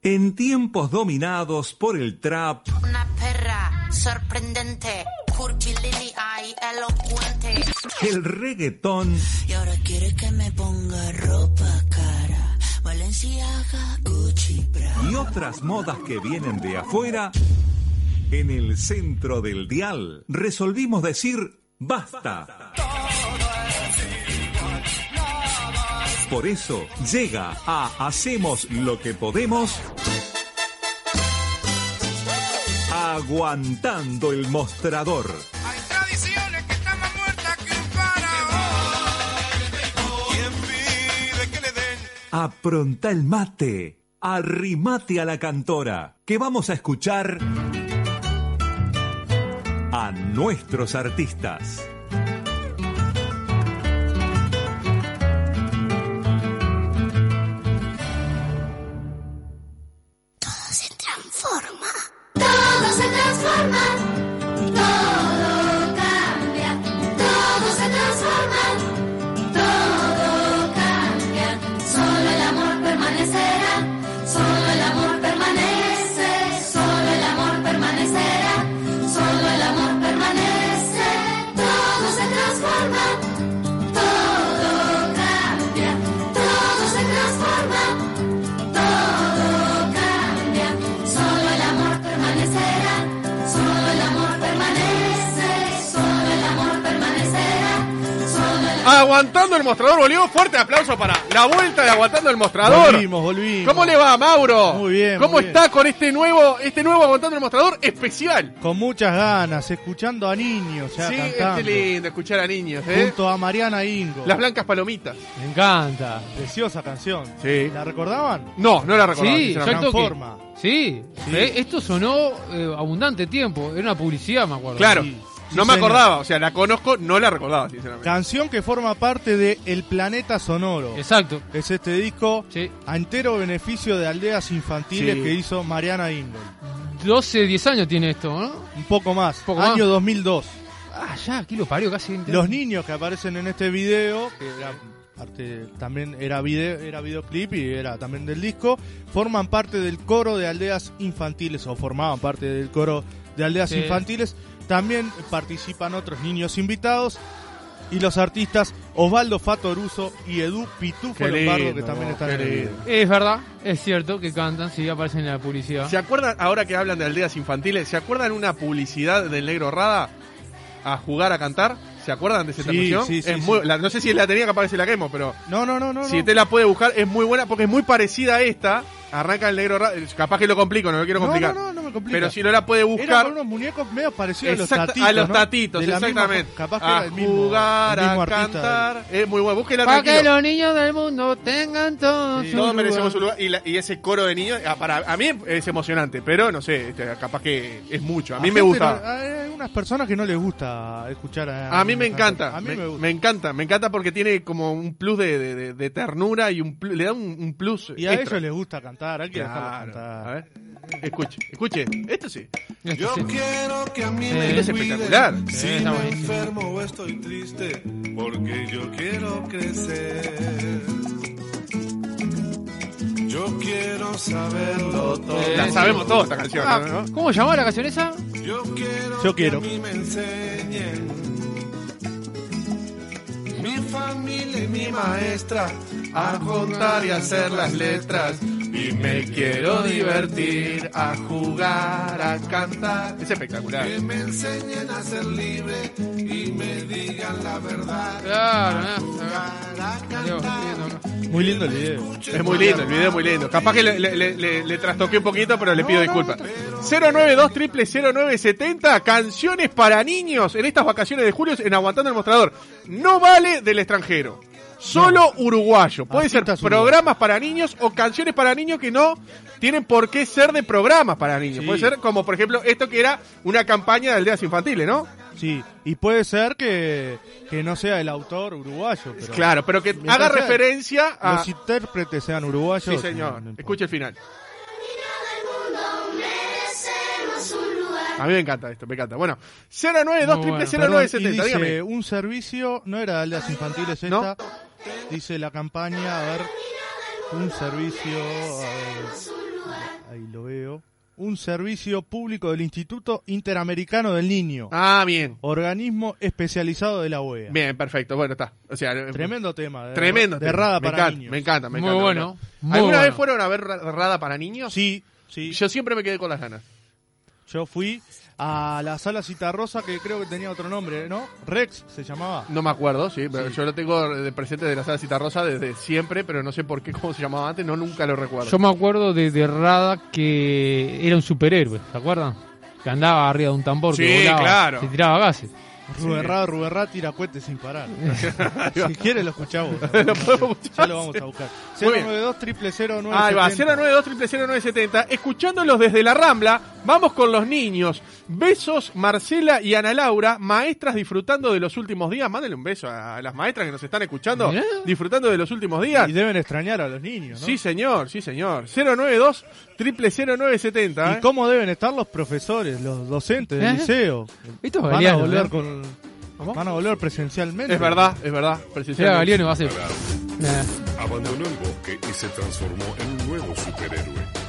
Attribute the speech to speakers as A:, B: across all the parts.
A: En tiempos dominados por el trap,
B: Una perra sorprendente, curvilínea y elocuente.
A: el reggaetón
B: Y ahora quiere que me ponga ropa cara. Valenciaga, Gucci, Bra.
A: y otras modas que vienen de afuera, en el centro del dial resolvimos decir basta. Por eso llega a Hacemos lo que podemos. Aguantando el mostrador.
C: Hay tradiciones que están más muertas que un faraón. ¿Quién pide que le den?
A: Apronta el mate. Arrimate a la cantora. Que vamos a escuchar a nuestros artistas.
B: Se transforma.
D: Todo se transforma, todo cambia, todo se transforma, todo cambia, solo el amor permanecerá, solo el amor permanece, solo el amor permanecerá, solo el amor permanece, todo se transforma, todo cambia, todo se transforma. Todo cambia, solo el amor permanecerá, solo el amor permanece, solo el amor permanecerá, solo el
E: Aguantando el mostrador, volvimos. Fuerte aplauso para la vuelta de Aguantando el mostrador.
F: Volvimos, volvimos.
E: ¿Cómo le va, Mauro?
F: Muy bien,
E: ¿Cómo
F: muy bien.
E: está con este nuevo, este nuevo Aguantando el mostrador especial?
F: Con muchas ganas, escuchando a niños ya
E: sí,
F: cantando.
E: es lindo escuchar a niños, ¿eh?
F: Junto a Mariana Ingo.
E: Las blancas palomitas.
G: Me encanta.
F: Preciosa canción.
E: Sí.
F: ¿La recordaban?
E: No, no la recordaba.
G: Sí,
E: sinceramente.
G: yo al toque.
F: Transforma.
G: Sí,
F: Sí.
G: eh, esto sonó eh, abundante tiempo. Era una publicidad, me acuerdo.
E: Claro.
F: Sí, sí,
E: no me
F: señor.
E: acordaba, o sea, la conozco, no la recordaba, sinceramente.
F: Canción que forma parte de El Planeta Sonoro. Es,
G: Exacto.
F: este disco
G: Sí.
F: a entero beneficio de aldeas infantiles
E: Sí.
F: que hizo Mariana Ingo.
G: 12, 10 años tiene esto, ¿no?
F: Un poco más.
G: poco más.
F: Año 2002.
G: Ah, ya, aquí lo parió casi.
F: Los niños que aparecen en este video, que era parte, también era, video, era videoclip y era también del disco, forman parte del coro de aldeas infantiles o formaban parte del coro de aldeas
G: Sí.
F: infantiles. También participan otros niños invitados y los artistas Osvaldo Fatoruso y Edu Pitufo
E: Qué
F: Lombardo,
E: lindo,
F: que también
E: no,
F: están
E: qué
F: en el
E: lindo.
F: video.
G: Es verdad, es cierto que cantan, sí, aparecen en la publicidad.
E: ¿Se acuerdan, ahora que hablan de aldeas infantiles, ¿se acuerdan una publicidad del Negro Rada a jugar a cantar? ¿Se acuerdan de esa
F: Sí,
E: transmisión?
F: sí, sí,
E: Es
F: sí.
E: muy- la- no sé si es la tenía capaz que se la quemo, pero
F: No, no, no, no.
E: si
F: no.
E: usted la puede buscar, es muy buena porque es muy parecida a esta. Arranca el Negro Rada, capaz que lo complico, no lo quiero
F: no,
E: complicar.
F: no, no, no me complica.
E: Pero si no la puede
F: Eran
E: buscar,
F: unos muñecos medio parecidos a los
E: Exacta-
F: tatitos.
E: a los
F: ¿no?
E: tatitos,
F: De la misma-
E: exactamente.
F: capaz que
E: a
F: era el mismo,
E: jugar,
F: el mismo
E: a
F: artista del-
E: cantar. Es muy bueno. Búsquela
G: Para que
E: tranquilo.
G: los niños del mundo tengan todos
F: Sí.
G: su
E: Todos
G: lugar.
E: merecemos un lugar. Y, la- y ese coro de niños, ah, para, a mí es emocionante, pero no sé, este, capaz que es mucho. A mí me
F: gente
E: gusta.
F: no- hay algunas personas que no les gusta escuchar a.
E: A mí me encanta.
F: A mí
E: me,
F: me gusta.
E: me encanta, me encanta porque tiene como un plus de, de- de- de ternura y un plu- le da un, un plus.
F: y a
E: extra.
F: ellos les gusta cantar, hay que
E: Claro.
F: dejarlos cantar.
E: A ver, escuche, escuche. Esto sí.
G: Esto
H: Yo
G: Este sí.
H: quiero que a mí
G: Sí.
H: me
E: Esto es
H: cuiden.
E: espectacular.
H: Si
G: Sí, está
H: me
G: buenísimo.
H: enfermo o estoy triste, porque yo quiero crecer. Yo quiero saberlo todo.
E: La sabemos todos esta canción,
G: Ah,
E: ¿no?
G: ¿Cómo llamaba la canción esa?
H: Yo quiero
F: Yo
H: que
F: quiero.
H: a mí me enseñen. Mi familia y mi maestra a contar y hacer las letras. Y me quiero divertir a jugar, a cantar.
E: Es espectacular.
H: Que me enseñen a ser libre y me digan la verdad.
G: Claro,
H: Para
G: Dios,
H: cantar.
F: Muy lindo el video.
E: Es muy lindo, el video es muy lindo. Capaz que le, le- le- le- le trastoqué un poquito, pero le pido disculpas. 092 triple 0970, canciones para niños en estas vacaciones de julio en Aguantando el Mostrador. No vale del extranjero. Solo uruguayo. Puede ser
F: Artistas
E: programas para niños o canciones para niños que no tienen por qué ser de programas para niños.
F: Sí.
E: Puede ser como, por ejemplo, esto que era una campaña de aldeas infantiles, ¿no?
F: Sí, y puede ser que, que no sea el autor uruguayo, pero.
E: Claro, pero que
F: Mientras
E: haga
F: sea-
E: referencia a...
F: Los intérpretes sean uruguayos.
E: Sí, señor.
F: no importa.
E: Escuche el final.
D: del mundo merecemos un lugar.
E: A mí me encanta esto, me encanta. Bueno, 092
G: Muy bueno.
F: Perdón, y
E: 0970,
F: dice,
E: dígame.
F: un servicio, no era de las infantiles
E: No.
F: esta, dice la campaña, a ver, un servicio, a ver, ahí lo veo, un servicio público del Instituto Interamericano del Niño,
E: Ah, bien.
F: organismo especializado de la OEA.
E: Bien, perfecto. Bueno, está. O sea, eh,
F: Tremendo tema. de-
E: tremendo.
F: De
E: tema.
F: Rada
E: me
F: para
E: encanta,
F: niños.
E: Me encanta, me
G: Muy
E: encanta.
G: bueno, muy
E: ¿Alguna vez
G: bueno.
E: fueron a ver ra- Rada para niños?
F: Sí, sí. Yo,
E: Yo siempre me quedé con las ganas.
F: fui a la sala Citarrosa que creo que tenía otro nombre, ¿no? Rex se llamaba.
E: No me acuerdo, sí, pero
F: Sí.
E: yo lo tengo de presente de la sala Citarrosa desde siempre, pero no sé por qué, cómo se llamaba antes, no nunca lo recuerdo.
G: Yo me acuerdo de, de Rada que era un superhéroe, ¿se acuerdan? Que andaba arriba de un tambor, que
E: Sí,
G: volaba,
E: claro.
G: se tiraba gases.
F: Rubén Rada, Rubén Rada tira cohetes sin parar.
E: Ahí va.
F: si quieres lo escuchamos.
E: Lo podemos
F: ya lo vamos a buscar.
E: Muy bien.
F: 092 000
E: Ahí va, 092 Escuchándolos desde la Rambla, vamos con los niños. Besos, Marcela y Ana Laura, maestras disfrutando de los últimos días. Mándenle un beso a las maestras que nos están escuchando,
G: Mirá.
E: disfrutando de los últimos días.
F: Y deben extrañar a los niños, ¿no?
E: Sí, señor, sí, señor. 092 0970.
F: ¿Y cómo deben estar los profesores, los docentes del
G: ¿Eh?
F: liceo?
G: Esto es
F: Van a
G: Galeano.
F: volver
G: ¿eh?
F: con...
G: ¿Cómo?
F: Van a volver presencialmente.
E: Es verdad, es verdad.
G: Era
E: precisamente.
G: Galeano, va a ser. Eh.
H: Abandonó el bosque y se transformó en un nuevo superhéroe.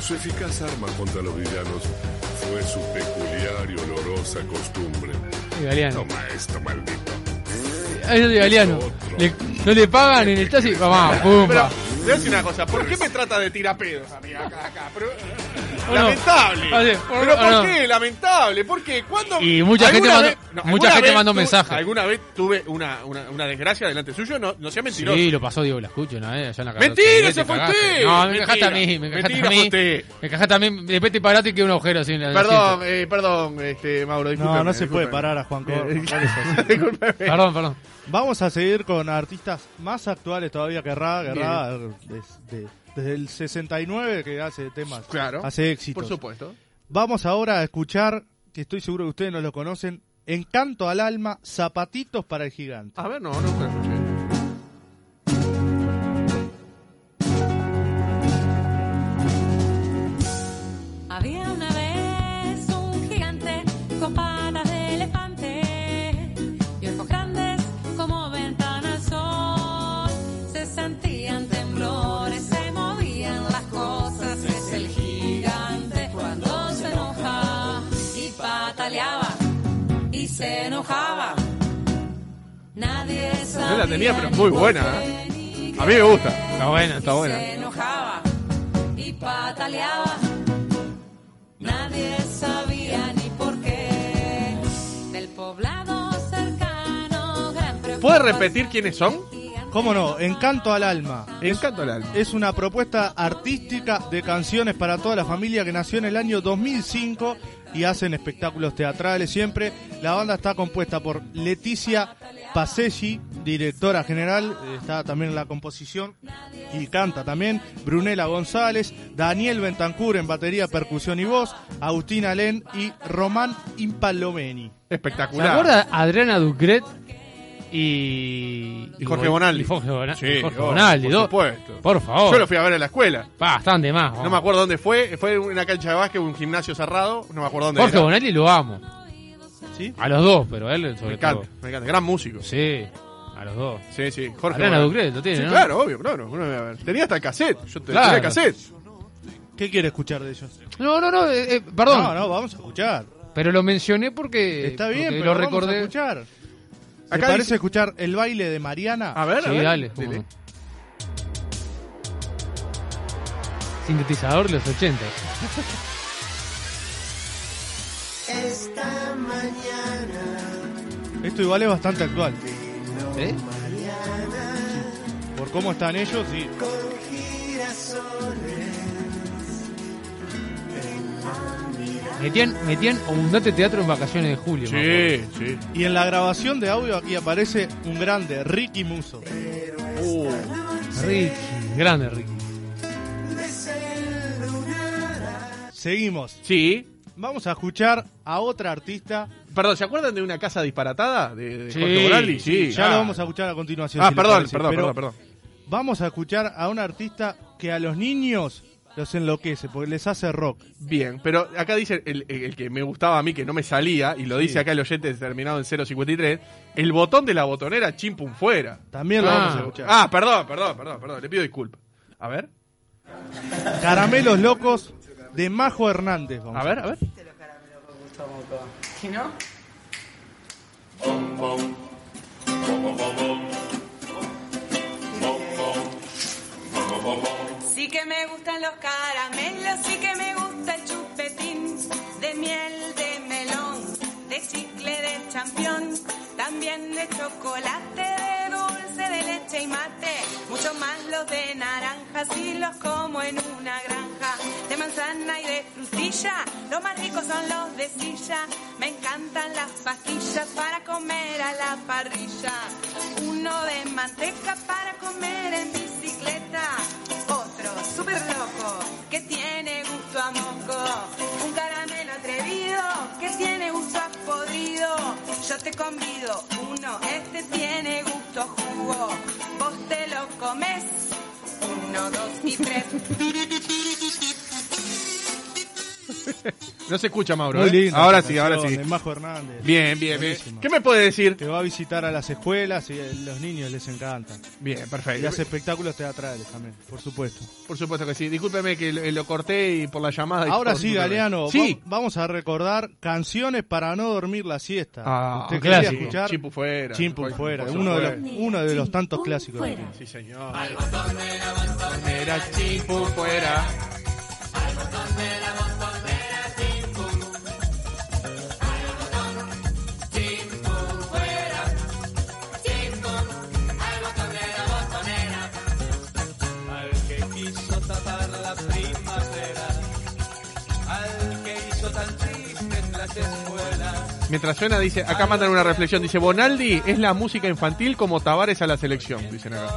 H: Su eficaz arma contra los villanos fue su peculiar y olorosa costumbre.
G: Es Galeano.
H: Toma esto, maldito.
G: Ah, Eso es Galeano. Le- no le pagan en el taxi. Vamos,
E: Pero,
G: pumba.
E: te voy a decir una cosa, ¿por qué me trata de tirapedos, amiga, acá, acá? Pero- eh,
G: Bueno,
E: lamentable.
G: ah, sí, por-
E: ¿Pero por
G: ah, no.
E: qué? Lamentable. ¿Por qué? ¿Cuándo?
G: Y mucha gente
E: alguna
G: mandó- mucha
E: alguna
G: gente
E: vez
G: mandó
E: tu-
G: mensajes.
E: Alguna vez tuve una, una, una desgracia delante suyo, no, no sea mentiroso.
G: Sí, lo pasó Diego Lascucho una vez allá en la carroza.
E: ¡Mentira,
G: Te
E: ese fue
G: cagaste.
E: usted!
G: No, me
E: Mentira.
G: encajaste a mí, me encajaste
E: Mentira,
G: a
E: fue
G: mí.
E: usted.
G: Me encajaste a mí, después te paraste y quedó un agujero así en el
E: Perdón,
G: asiento.
E: eh, perdón, este, Mauro, discúlpeme.
F: No, no se puede
E: discúlpeme.
F: parar a Juan Cor-
E: Eh,
F: Juan Cor-
E: discúlpeme.
G: Perdón, perdón.
F: Vamos a seguir con artistas más actuales todavía que Rada, que Rada, des- de- desde el 69 que hace temas,
E: Claro.
F: hace éxitos.
E: Por supuesto.
F: Vamos ahora a escuchar, que estoy seguro que ustedes no lo conocen, Encanto al alma, Zapatitos para el gigante.
E: A ver, no, no, no, no, no.
I: Había una vez un gigante con patas de elefante y ojos grandes como ventanas al sol. Se sentían temblores, se movían las cosas. Es el gigante cuando se enoja y pataleaba y se enojaba. Nadie sabía.
E: Yo la tenía, pero
I: ni
E: muy
I: por
E: buena, ¿eh?
I: qué ni
E: A mí me gusta.
G: Está bueno, está bueno.
I: se enojaba y pataleaba. Nadie sabía ni por qué. Del poblado cercano, gran
E: ¿Puedes repetir quiénes son?
F: ¿Cómo no? Encanto al alma.
E: Encanto al alma.
F: Es una propuesta artística de canciones para toda la familia que nació en el año 2005 y hacen espectáculos teatrales siempre. La banda está compuesta por Leticia Paseggi, directora general, eh, está también en la composición y canta también. Brunela González, Daniel Bentancur en batería, percusión y voz, Agustín Alén y Román Impalomeni.
G: ¿Se
E: Espectacular.
G: acuerda Adriana Ducret y.
E: Y Jorge Bonaldi.
G: y Jorge Bona-
E: Sí,
G: y Jorge
E: oh,
G: Bonaldi,
E: por
G: dos.
E: supuesto.
G: Por favor. Ah.
E: Yo lo fui a ver en la escuela.
G: Bastante más.
E: No me acuerdo dónde fue. Fue en una cancha de básquet, un gimnasio cerrado. No me acuerdo dónde
G: Jorge
E: era.
G: Bonaldi lo amo.
F: ¿Sí?
G: A los dos, pero a él sobre
E: Me
G: todo.
E: encanta, me encanta. Gran músico.
G: Sí, a los dos.
E: Sí, sí. Jorge
G: Adriana
E: Bonaldi.
G: Ducret lo tiene,
E: Sí,
G: ¿no?
E: claro, obvio, claro. Uno debe haber- Tenía hasta el cassette. Yo te-
G: Claro.
E: tenía cassette.
F: ¿Qué quiere escuchar de ellos?
G: No, no, no, eh, eh, perdón.
F: No, no, vamos a escuchar.
G: Pero lo mencioné porque.
F: Está
G: porque
F: bien, pero
G: lo
F: vamos a
G: recordé.
F: escuchar. ¿Te
E: Acá
F: parece
E: dice-
F: escuchar el baile de Mariana?
E: A ver, a
G: Sí,
E: ver.
G: dale. cómo
E: Dile.
G: no. Sintetizador de los 80.
F: Esto igual es bastante actual.
G: ¿Eh?
F: Por cómo están ellos, sí.
G: Metían, metían abundante teatro en vacaciones de julio. me acuerdo.
E: Sí, sí.
F: Y en la grabación de audio aquí aparece un grande, Ricky Muso.
G: Ricky, grande Ricky.
F: Seguimos.
E: Sí.
F: Vamos a escuchar a otra artista.
E: Perdón, ¿se acuerdan de una casa disparatada? De, de
G: Sí,
E: Jorge Bonaldi? Sí.
F: Ya
E: ah.
F: lo vamos a escuchar a continuación.
E: Ah,
F: si les
E: perdón,
F: parece,
E: perdón,
F: pero
E: perdón, perdón.
F: Vamos a escuchar a una artista que a los niños los enloquece porque les hace rock.
E: Bien, pero acá dice el, el- el que me gustaba a mí, que no me salía, y lo dice acá el oyente terminado en 053, el botón de la botonera chimpum fuera.
F: También lo
G: Ah.
F: vamos a escuchar.
E: Ah, perdón, perdón, perdón, perdón, le pido disculpas. A ver.
F: Caramelos locos de Majo Hernández. vamos
E: A ver, a ver.
J: ¿Que no?
I: Sí que me gustan los caramelos, sí que me gusta el chupetín de miel de melón, de chicle de champión, también de chocolate, de dulce de leche y mate, mucho más los de naranja, si los como en una granja, de manzana y de frutilla, los más ricos son los de silla, me encantan las pastillas para comer a la parrilla, uno de manteca para comer en bicicleta. Otro súper loco que tiene gusto a moco. Un caramelo atrevido que tiene gusto a podrido. Yo te convido uno, este tiene gusto a jugo. Vos te lo comes. Uno, dos y tres.
E: No se escucha, Mauro.
F: Muy
E: ¿eh?
F: linda
E: Ahora
F: esta
E: sí, ahora
F: canción
E: sí.
F: de Majo Hernández.
E: Bien, bien, bien.
F: Buenísima.
E: ¿Qué me puede decir?
F: Que va a visitar a las escuelas y a los niños les encanta.
E: Bien,
F: Y
E: perfecto.
F: hace espectáculos teatrales también, por supuesto.
E: Por supuesto que sí. Discúlpeme que lo, lo corté y por la llamada. y
F: Ahora
E: por-
F: sí, Galeano,
E: Sí.
F: va- vamos a recordar canciones para no dormir la siesta.
E: Ah,
F: ¿Usted
E: un
F: quería
E: clásico.
F: escuchar?
E: Chimpu fuera.
F: Chimpu
E: Por
F: fuera,
E: supuesto.
F: uno de, los, uno de los tantos clásicos. de
E: Sí, señor. Al botón de la bastonera, chimpu fuera.
D: Al que quiso tapar la primavera, al que hizo tan tristes las escuelas,
E: Mientras suena, dice, acá mandan una reflexión. Dice, Bonaldi es la música infantil como Tavares a la selección, dicen acá.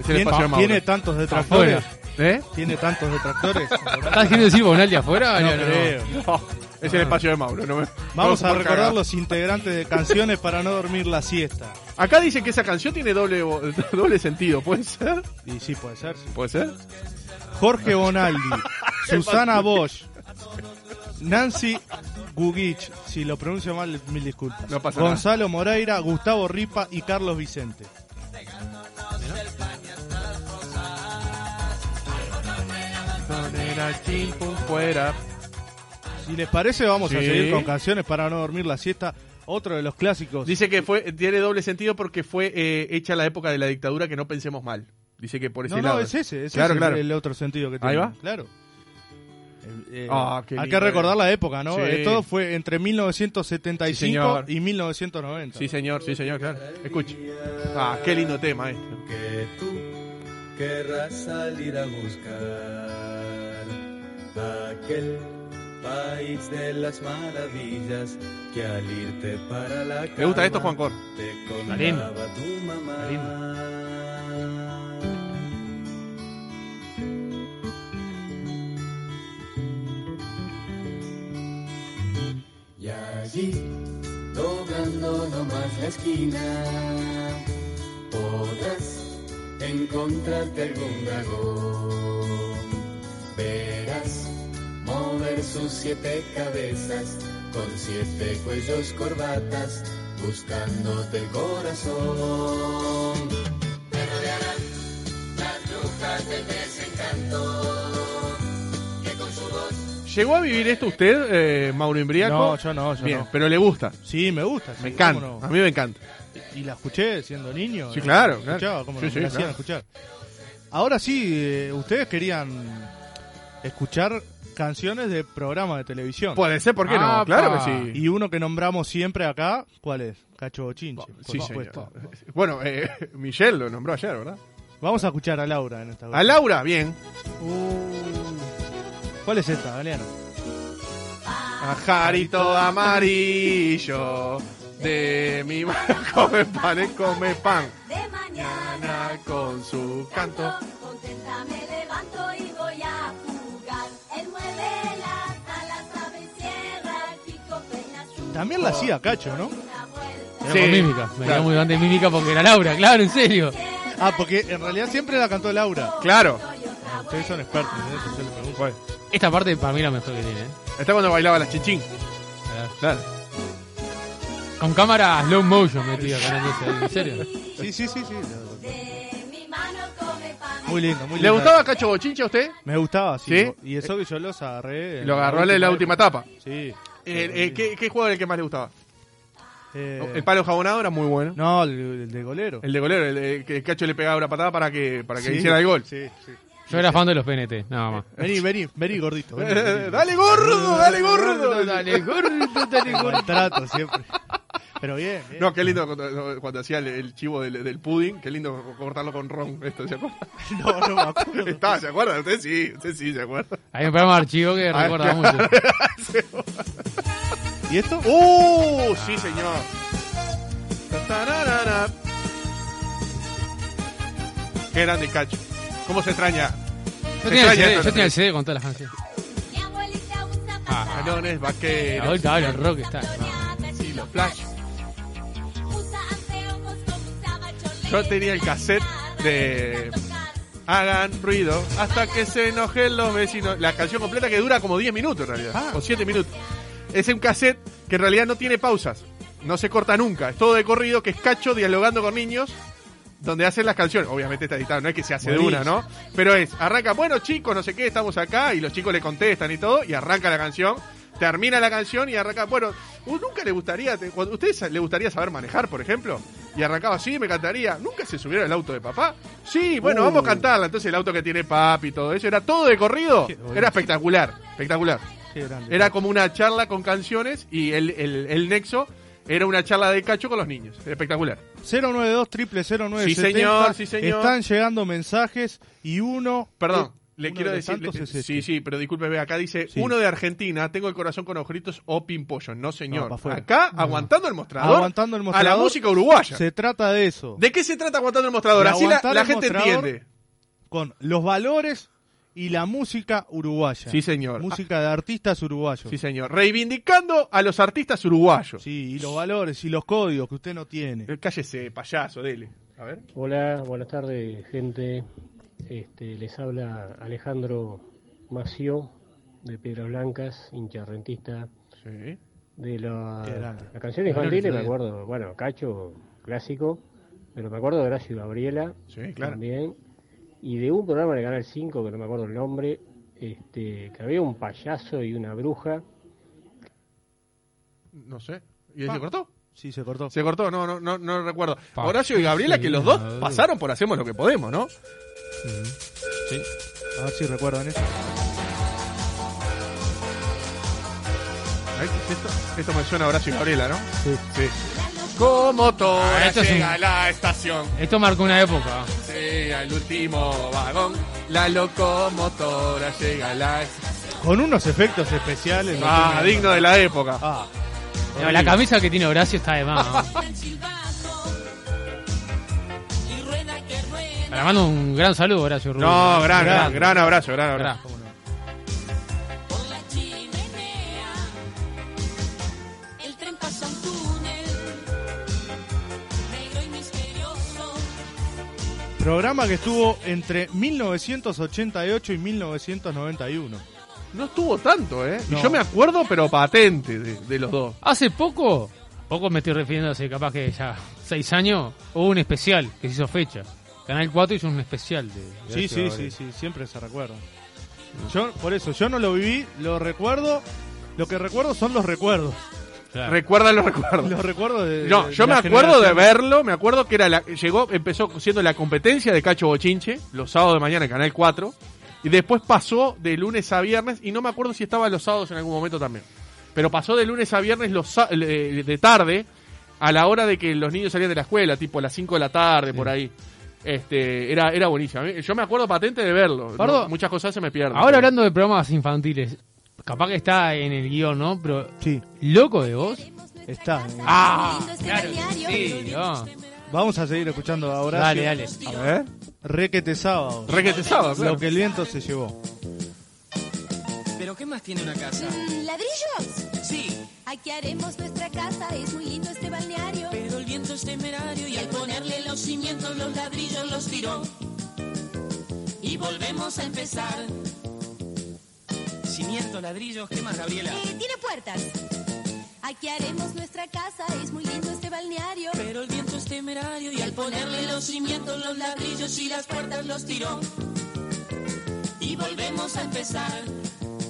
E: Ese le
F: ¿Tiene,
E: pasó a Mauro.
F: tiene tantos detractores?
E: ¿Eh?
F: ¿Tiene tantos detractores?
G: ¿Estás queriendo decir Bonaldi afuera?
F: No
G: Galeano?
F: creo.
E: Es el espacio de Mauro. no me-
F: Vamos a
E: por
F: recordar
E: cagar.
F: los integrantes de canciones para no dormir la siesta.
E: Acá dice que esa canción tiene doble, vo- doble sentido, ¿puede ser?
F: Y sí, puede ser. sí.
E: ¿Puede ser?
F: Jorge Bonaldi, Susana Bosch, Nancy Gugich, si lo pronuncio mal, mil disculpas.
E: No pasa nada.
F: Gonzalo Moreira, Gustavo Ripa y Carlos Vicente.
E: Bastonera, chimpu fuera.
F: Si les parece, vamos a
E: Sí.
F: seguir con canciones para no dormir la siesta. Otro de los clásicos.
E: Dice que fue tiene doble sentido porque fue eh, hecha en la época de la dictadura que no pensemos mal. Dice que por ese
F: no, no,
E: lado.
F: es ese, es
E: claro,
F: ese
E: claro.
F: el otro sentido que tiene.
E: Ahí va.
F: Claro. Eh, eh,
E: Ah, qué
F: hay
E: lindo,
F: que recordar
E: eh.
F: la época, ¿no?
E: Sí.
F: Eh, Todo fue entre
E: Sí,
F: 1975
E: señor.
F: y 1990.
E: Sí, señor, sí, señor, claro. Escuche. Ah, qué lindo tema este.
D: que tú querrás salir a buscar aquel país de las maravillas que al irte para la
E: Me gusta esto, Juan
D: cama
E: Cor.
D: te
G: lindo.
D: contaba tu mamá. Y allí, doblando nomás la esquina, podrás encontrarte algún dragón. Verás mover sus siete cabezas con siete cuellos corbatas, buscándote el corazón. Te rodearán las brujas del desencanto, que con su voz
E: ¿Llegó a vivir esto usted, eh, Mauro Imbriaco?
F: No, yo no, yo
E: Bien,
F: no.
E: pero le gusta.
F: Sí, me gusta. sí,
E: Me encanta.
F: cómo no.
E: A mí me encanta.
F: Y la escuché siendo niño.
E: Sí,
F: ¿no?
E: claro,
F: La Escuchaba,
E: claro.
F: cómo
E: Sí,
F: no,
E: sí,
F: me la hacían
E: claro.
F: escuchar. Ahora sí, eh, ustedes querían escuchar canciones de programas de televisión.
E: Puede ser, ¿por qué no?
G: Apa.
E: Claro que sí.
F: y uno que nombramos siempre acá, ¿cuál es? Cacho Bochinche, por
E: Sí, señor.
F: supuesto.
E: Bueno, eh, Michelle lo nombró ayer, ¿verdad?
F: Vamos a escuchar a Laura en esta
E: A Laura, bien. Uh,
F: ¿Cuál es esta, Galeano?
E: Pajarito amarillo de mi mano come pan, eh, come pan.
K: De mañana
E: Ana con su canto.
K: contenta me levanto y voy a jugar. Él mueve las alas, abre y cierra el pico, peina su
F: También la hacía Cacho, ¿no?
G: Era
E: Sí,
G: con mímica. Me
E: claro.
G: quedó muy grande mímica porque era Laura, claro, en serio.
F: Ah, porque en realidad siempre la cantó Laura.
E: Claro.
F: Ah, Ustedes son expertos, en eso, yo les pregunto.
G: Esta parte para mí la mejor que tiene. ¿eh?
E: Está cuando bailaba la chinchín. Claro.
G: Con cámara slow motion metida, carándose ahí, en serio.
F: Sí, sí, sí, sí.
K: De mi mano come pan.
F: Muy lindo, muy lindo.
E: ¿Le gustaba Cacho Bochinche a usted?
F: Me gustaba, sí.
E: ¿Sí?
F: Y eso que yo los agarré. en
E: Lo agarró en la última etapa.
F: Sí.
E: Eh, eh, ¿qué, ¿Qué juego era el que más le gustaba?
F: Eh,
E: El palo jabonado era muy bueno.
F: No, el, el de golero.
E: El de golero, el, el que Cacho le pegaba una patada para que, para que
F: Sí.
E: hiciera el gol.
F: Sí, sí.
G: Yo era fan de los PNT, nada más.
F: Vení, vení, vení gordito. vení, vení.
E: ¡Dale gordo! ¡Dale gordo!
G: Dale, gordo, dale, gordo.
F: Maltrato siempre. Pero bien, bien.
E: No, qué lindo cuando, cuando hacía el, el chivo del, del pudding, qué lindo co- cortarlo con ron, esto, ¿se acuerda?
F: No, no me acuerdo.
E: Está, ¿se acuerda? Usted sí, usted sí, ¿se acuerda?
G: Hay un programa de archivo que
E: Ah,
G: recuerda
E: claro.
G: mucho.
F: ¿Y esto?
E: ¡Uh! Sí, señor. Tararara. Qué grande cacho. ¿Cómo se extraña?
G: Yo tenía, el
E: extraña
G: CD,
E: esto,
G: yo tenía el
E: ¿no?
G: CD con todas las canciones.
K: Mi abuelita usa
E: Canones,
G: La
E: vaqueros,
G: vuelta ahora el rock está.
E: y los flash.
K: usa anteojos como usaba chole.
E: Yo tenía el cassette de Hagan ruido hasta que se enojen los vecinos. La canción completa que dura como 10 minutos en realidad, o 7 minutos. Es un cassette que en realidad no tiene pausas, no se corta nunca. Es todo de corrido, que es cacho dialogando con niños. Donde hacen las canciones, obviamente está editado, no es que se hace de una, ¿no? Pero es, arranca, bueno chicos, no sé qué, estamos acá, y los chicos le contestan y todo, y arranca la canción, termina la canción y arranca, bueno, ¿u- nunca le gustaría, te- cuando- ¿ustedes sa- le gustaría saber manejar, por ejemplo? Y arrancaba, sí, me encantaría, ¿nunca se subieron al auto de papá? Sí, bueno,
F: Uh.
E: vamos a cantarla, entonces el auto que tiene papi y todo eso, era todo de corrido,
F: Qué bueno.
E: era espectacular, espectacular.
F: Qué grande.
E: Era como una charla con canciones y el, el- el nexo era una charla de cacho con los niños, espectacular.
F: 092 triple 0970.
E: Sí, señor, sí, señor.
F: Están llegando mensajes y uno.
E: Perdón,
F: eh,
E: le
F: uno
E: quiero
F: de
E: decir.
F: tantos
E: le-
F: es este.
E: Sí, sí, pero discúlpeme, acá dice:
F: Sí.
E: uno de Argentina, tengo el corazón con agujeritos o pimpollo. No, señor.
F: pa' afuera.
E: acá, aguantando el mostrador.
F: Aguantando el mostrador.
E: A la música uruguaya.
F: Se trata de eso.
E: ¿De qué se trata aguantando el mostrador?
F: De
E: Así la,
F: aguantar
E: la
F: el
E: gente
F: mostrador.
E: entiende.
F: Con los valores y la música uruguaya.
E: Sí, señor.
F: Música de artistas uruguayos.
E: Sí, señor. Reivindicando a los artistas uruguayos.
F: Sí, y los valores y los códigos que usted no tiene.
E: Eh, Cállese, payaso, dele. A ver.
L: Hola, buenas tardes, gente. Este, les habla Alejandro Mació de Piedras Blancas, hincha rentista.
E: Sí.
L: De la,
E: Qué grande.
L: la canción
E: Qué grande
L: infantil, me
E: todavía.
L: acuerdo, bueno, Cacho, clásico, pero me acuerdo de Horacio y Gabriela
E: Sí, claro.
L: también. Y de un programa de Canal 5, que no me acuerdo el nombre, este, que había un payaso y una bruja.
E: No sé. ¿Y
F: Pa.
E: se cortó?
F: Sí, se cortó.
E: Se cortó, no, no, no, no recuerdo.
G: Pa.
E: Horacio y Gabriela, que los dos pasaron por Hacemos lo que podemos, ¿no?
F: A ver si recuerdan eso.
E: Ay, Esto, esto me suena a Horacio y Gabriela, ¿no?
F: Sí.
E: Sí. Como todo
G: Ah, esto es
E: llega
G: un-
E: a la estación,
G: Esto marcó una época.
E: sea el último vagón. La locomotora llega a la
F: Con unos efectos especiales. no
E: Ah,
F: tengo-
E: digno de la época.
F: Ah,
G: No, La camisa que tiene Horacio está de más. ¿no?
B: El silbato y rueda que rueda.
G: Le mando un gran saludo, Horacio Rubio.
E: No, gran, gran,
G: Grande.
E: gran abrazo, gran abrazo.
G: Gran.
B: Por la chimenea, el tren pasa un túnel negro y misterioso.
F: programa que estuvo entre 1988 y 1991.
E: No estuvo tanto, ¿eh? Y
F: No.
E: yo me acuerdo, pero patente de, de los dos.
G: Hace poco, poco me estoy refiriendo hace capaz que ya seis años, hubo un especial que se hizo fecha. Canal 4 hizo un especial de. de
F: Sí,
E: este
F: sí,
G: Horacio
F: sí,
G: Gabriel.
F: sí, siempre se recuerda. Yo, por eso, yo no lo viví, lo recuerdo. Lo que recuerdo son los recuerdos.
G: Claro.
E: Recuerdan los recuerdos.
F: Los recuerdos de.
E: No,
F: de
E: yo me
F: la
E: acuerdo de
F: generación.
E: verlo, me acuerdo que era la, llegó, empezó siendo la competencia de Cacho Bochinche, los sábados de mañana en Canal 4, y después pasó de lunes a viernes, y no me acuerdo si estaba los sábados en algún momento también, pero pasó de lunes a viernes los, sa- eh, de tarde, a la hora de que los niños salían de la escuela, tipo a las 5 de la tarde, por ahí. Este, era, era buenísimo. A mí- Yo me acuerdo patente de verlo.
G: Pardo,
E: No, muchas cosas se me pierden.
G: Ahora hablando de programas infantiles, capaz que está en el guión, ¿no? Pero.
F: Sí,
G: ¿Loco de vos?
F: está. eh.
G: Ah,
K: Lindo este
G: claro,
K: balneario.
G: sí, no.
F: Vamos a seguir escuchando ahora.
G: Dale, dale.
E: A ver.
F: Requete sábado.
E: Requete sábado, claro.
F: Lo que el viento se llevó.
D: ¿Pero qué más tiene una casa?
K: Mm, ¿Ladrillos?
D: Sí,
K: Aquí haremos nuestra casa, es muy lindo este balneario.
B: Pero el viento es temerario y al ponerle los cimientos, los ladrillos los tiró. Y volvemos a empezar.
D: cimientos, ladrillos, ¿qué más, Gabriela?
K: Eh, tiene puertas. Aquí haremos nuestra casa, es muy lindo este balneario.
B: Pero el viento es temerario y al ponerle los cimientos, los ladrillos y las puertas los tiró. Y volvemos a empezar.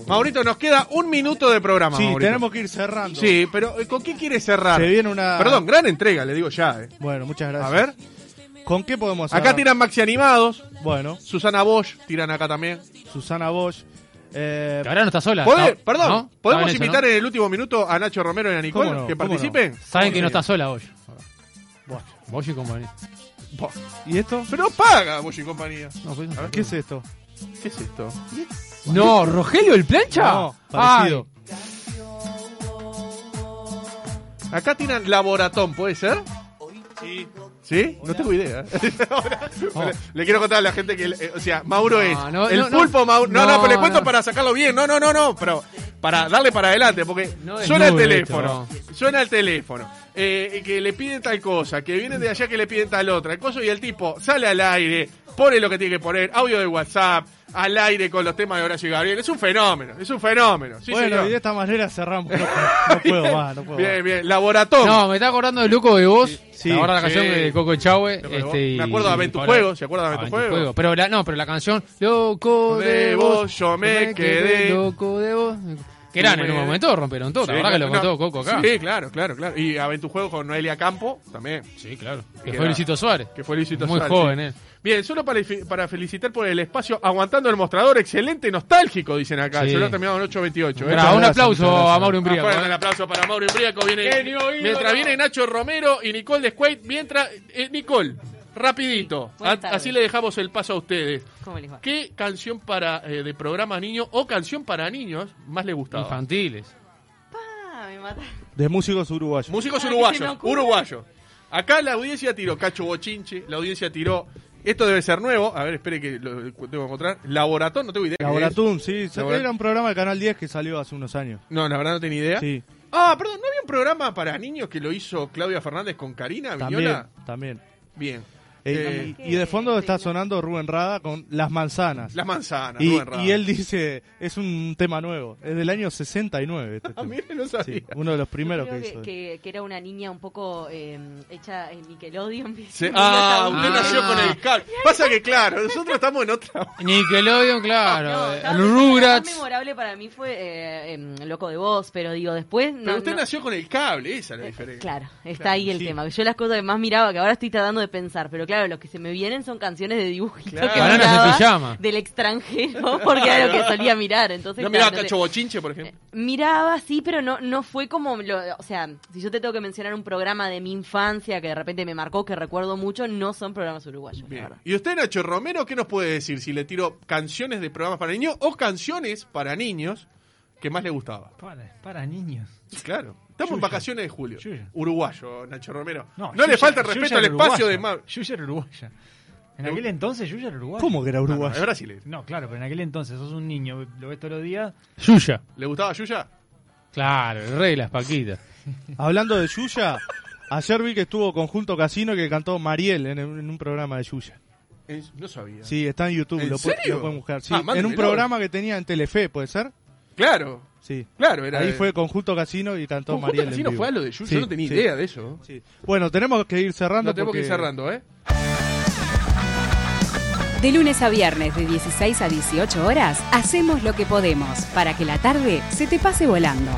E: Maurito, nos queda un minuto de programa.
F: Sí,
E: Maurito.
F: tenemos que ir cerrando.
E: Sí, pero eh, ¿con qué quiere cerrar?
F: Se viene una-
E: Perdón, gran entrega, le digo ya. eh.
F: Bueno, muchas gracias.
E: A ver.
F: ¿Con qué podemos
E: Acá
F: cerrar?
E: tiran Maxi Animados.
F: Bueno.
E: Susana Bosch tiran acá también.
F: Susana Bosch. Eh,
G: Que ahora no está sola.
E: ¿Pode-
G: está-
E: perdón,
G: ¿no?
E: ¿podemos
G: Está en eso,
E: invitar
G: ¿no?
E: en el último minuto a Nacho Romero y a Nicole
F: ¿Cómo no?
E: que
F: ¿Cómo no?
E: participen?
G: Saben que no
E: Sí.
G: está sola hoy.
F: Bosch.
G: Bosch y compañía.
E: Buah.
F: ¿Y esto?
E: Pero no paga Bosch y compañía.
G: No, pues,
E: A ver,
F: ¿Qué es esto?
E: ¿Qué es esto?
G: No, Rogelio el plancha.
F: No, parecido.
E: Acá tiran Laboratón, ¿puede ser?
M: Sí.
E: ¿Sí? No tengo idea. Ahora, le, le quiero contar a la gente que, el- eh, o sea, Mauro
G: No,
E: es
G: no,
E: el
G: no, no.
E: pulpo Mauro. No, no,
G: No,
E: pero le cuento
G: no.
E: para sacarlo bien. No, no, no, no, pero para darle para adelante, porque
G: No
E: suena el
G: desnude
E: teléfono, suena el teléfono, eh, y que le piden tal cosa, que vienen de allá que le piden tal otra, el coso y el tipo sale al aire, pone lo que tiene que poner, audio de WhatsApp, al aire con los temas de Horacio y Gabriel. Es un fenómeno, es un fenómeno. Sí,
F: bueno,
E: señor.
F: y de esta manera cerramos. No, no puedo más, no puedo
E: Bien,
F: más.
E: bien, laboratón.
G: No, me está acordando de Loco de Vos.
F: Sí,
G: la verdad, la
E: sí.
G: canción de Coco Chahue.
E: Loco de Vos.
G: Este, y-
E: Me acuerdo de Ven tu
G: Paola-
E: juego, ¿se acuerda de Ven tu
G: Ah,
E: juego?
G: Pero la, no, pero la canción Loco
E: De
G: de
E: vos
G: Vos.
E: yo me quedé.
G: Loco de Vos. Que eran en un momento, rompieron todo.
E: Sí,
G: la verdad que lo
E: claro,
G: contó
E: no.
G: Coco acá.
E: Sí, claro, claro, claro. Y Aventujuego con Noelia Campo también.
G: Sí, claro.
E: Que
G: Que
E: era-
G: fue Luisito Suárez.
E: Que fue Luisito
G: Muy
E: Suárez,
G: joven,
E: sí.
G: eh.
E: Bien, solo para, para felicitar por el espacio Aguantando el Mostrador. Excelente, nostálgico, dicen acá.
G: Sí.
E: Se lo ha terminado en 828. ¿eh?
G: Bra- un
F: gracias, muchas
G: aplauso
F: gracias.
G: a Mauro Umbría.
E: Ah, Fuerte el aplauso para Mauro Imbriaco. Viene,
G: Genio, ídolo.
E: mientras viene Nacho Romero y Nicole Descuet. Mientras, eh, Nicole, rapidito.
N: Buenas
E: a-
N: tardes.
E: así le dejamos el paso a ustedes.
N: ¿Cómo les va?
E: ¿Qué canción para eh, de programa niño o canción para niños más le gustaba?
G: Infantiles.
N: Pa, me mata.
F: De músicos uruguayos.
E: Músicos
N: Ah, que se me
E: uruguayos,
N: ocurra.
E: uruguayos. Acá la audiencia tiró Cacho Bochinche, la audiencia tiró. Esto debe ser nuevo. A ver, espere que lo tengo que encontrar. Laboratón, no tengo idea. qué
F: Laboratum, sí. se-
E: Laboratum.
F: Era un programa del Canal 10 que salió hace unos años.
E: es. No, la verdad no tenía idea.
F: Sí,
E: Ah, perdón, ¿no había un programa para niños que lo hizo Claudia Fernández con Karina
F: también,
E: Viñola?
F: también.
E: Bien. Eh,
F: Eh, y, y de fondo está sonando Rubén Rada con Las Manzanas.
E: Las manzanas.
F: y,
E: Rubén Rada.
F: y él dice, es un tema nuevo, es del año 69. este
E: Ah,
F: tema.
E: mire, no sabía.
F: Sí, uno de los primeros
N: Creo
F: que
N: que,
F: hizo.
N: que- que era una niña un poco eh, hecha en Nickelodeon. ¿viste?
E: Se-
N: Una
E: ah, usted
N: tabla.
E: nació con el cable. Pasa que, claro, nosotros estamos en otra.
G: Nickelodeon,
N: No,
G: claro. eh,
N: estaba pensando, La más
G: Rugrats.
N: memorable para mí fue eh, em, Loco de Voz, pero digo, después... No,
E: Pero usted
N: no-
E: nació con el cable, esa es la
N: Eh,
E: diferencia.
N: Claro, está
E: Claro,
N: ahí el
E: sí.
N: tema. Yo las cosas que más miraba, que ahora estoy tratando de pensar, pero claro, los que se me vienen son canciones de dibujitos
E: Claro.
N: que
E: Bananas en
N: miraba
G: pijama.
N: del extranjero, porque era lo que solía mirar. Entonces,
E: ¿No
N: claro,
E: miraba
N: sé.
E: Cacho Bochinche, por ejemplo?
N: Miraba, sí, pero no, no fue como. lo- o sea, si yo te tengo que mencionar un programa de mi infancia que de repente me marcó, que recuerdo mucho, no son programas uruguayos. la
E: Bien.
N: verdad.
E: ¿Y usted, Nacho Romero, qué nos puede decir si le tiro canciones de programas para niños o canciones para niños que más le gustaba?
O: Para, para niños.
E: Claro. Estamos en
O: Yuya.
E: vacaciones de julio.
O: Yuya.
E: Uruguayo, Nacho Romero. No,
O: Yuya-
E: le falta el
O: Yuya
E: respeto al
O: era
E: espacio de
O: uruguaya.
E: Mauro.
O: Yuya era uruguaya. En aquel entonces Yuya era uruguaya.
F: ¿Cómo que era
E: No,
F: uruguayo?
E: es brasileño.
O: No, claro, pero en aquel entonces sos un niño, lo ves todos los días.
G: Yuya.
E: ¿Le gustaba Yuya?
G: Claro, el rey de las paquitas.
F: Hablando de Yuya, ayer vi que estuvo Conjunto Casino que cantó Mariel en, en un programa de Yuya.
E: Eh, No sabía.
F: Sí, está en YouTube,
E: ¿En
F: lo, pu-
E: serio?
F: lo pueden buscar. Sí,
E: Ah,
F: en un
E: mándemelo.
F: programa que tenía en Telefe, ¿puede ser?
E: Claro,
F: Sí.
E: claro. Era
F: Ahí
E: de-
F: fue Conjunto Casino y cantó
E: Conjunto
F: Mariel. en
E: Casino
F: vivo.
E: fue a lo de Yuya,
F: Sí,
E: yo no tenía
F: sí,
E: idea de eso.
F: sí. Bueno, tenemos que ir cerrando.
E: No tenemos que ir
F: porque-
E: cerrando, ¿eh?
P: De lunes a viernes de 16 a 18 horas, hacemos lo que podemos para que la tarde se te pase volando.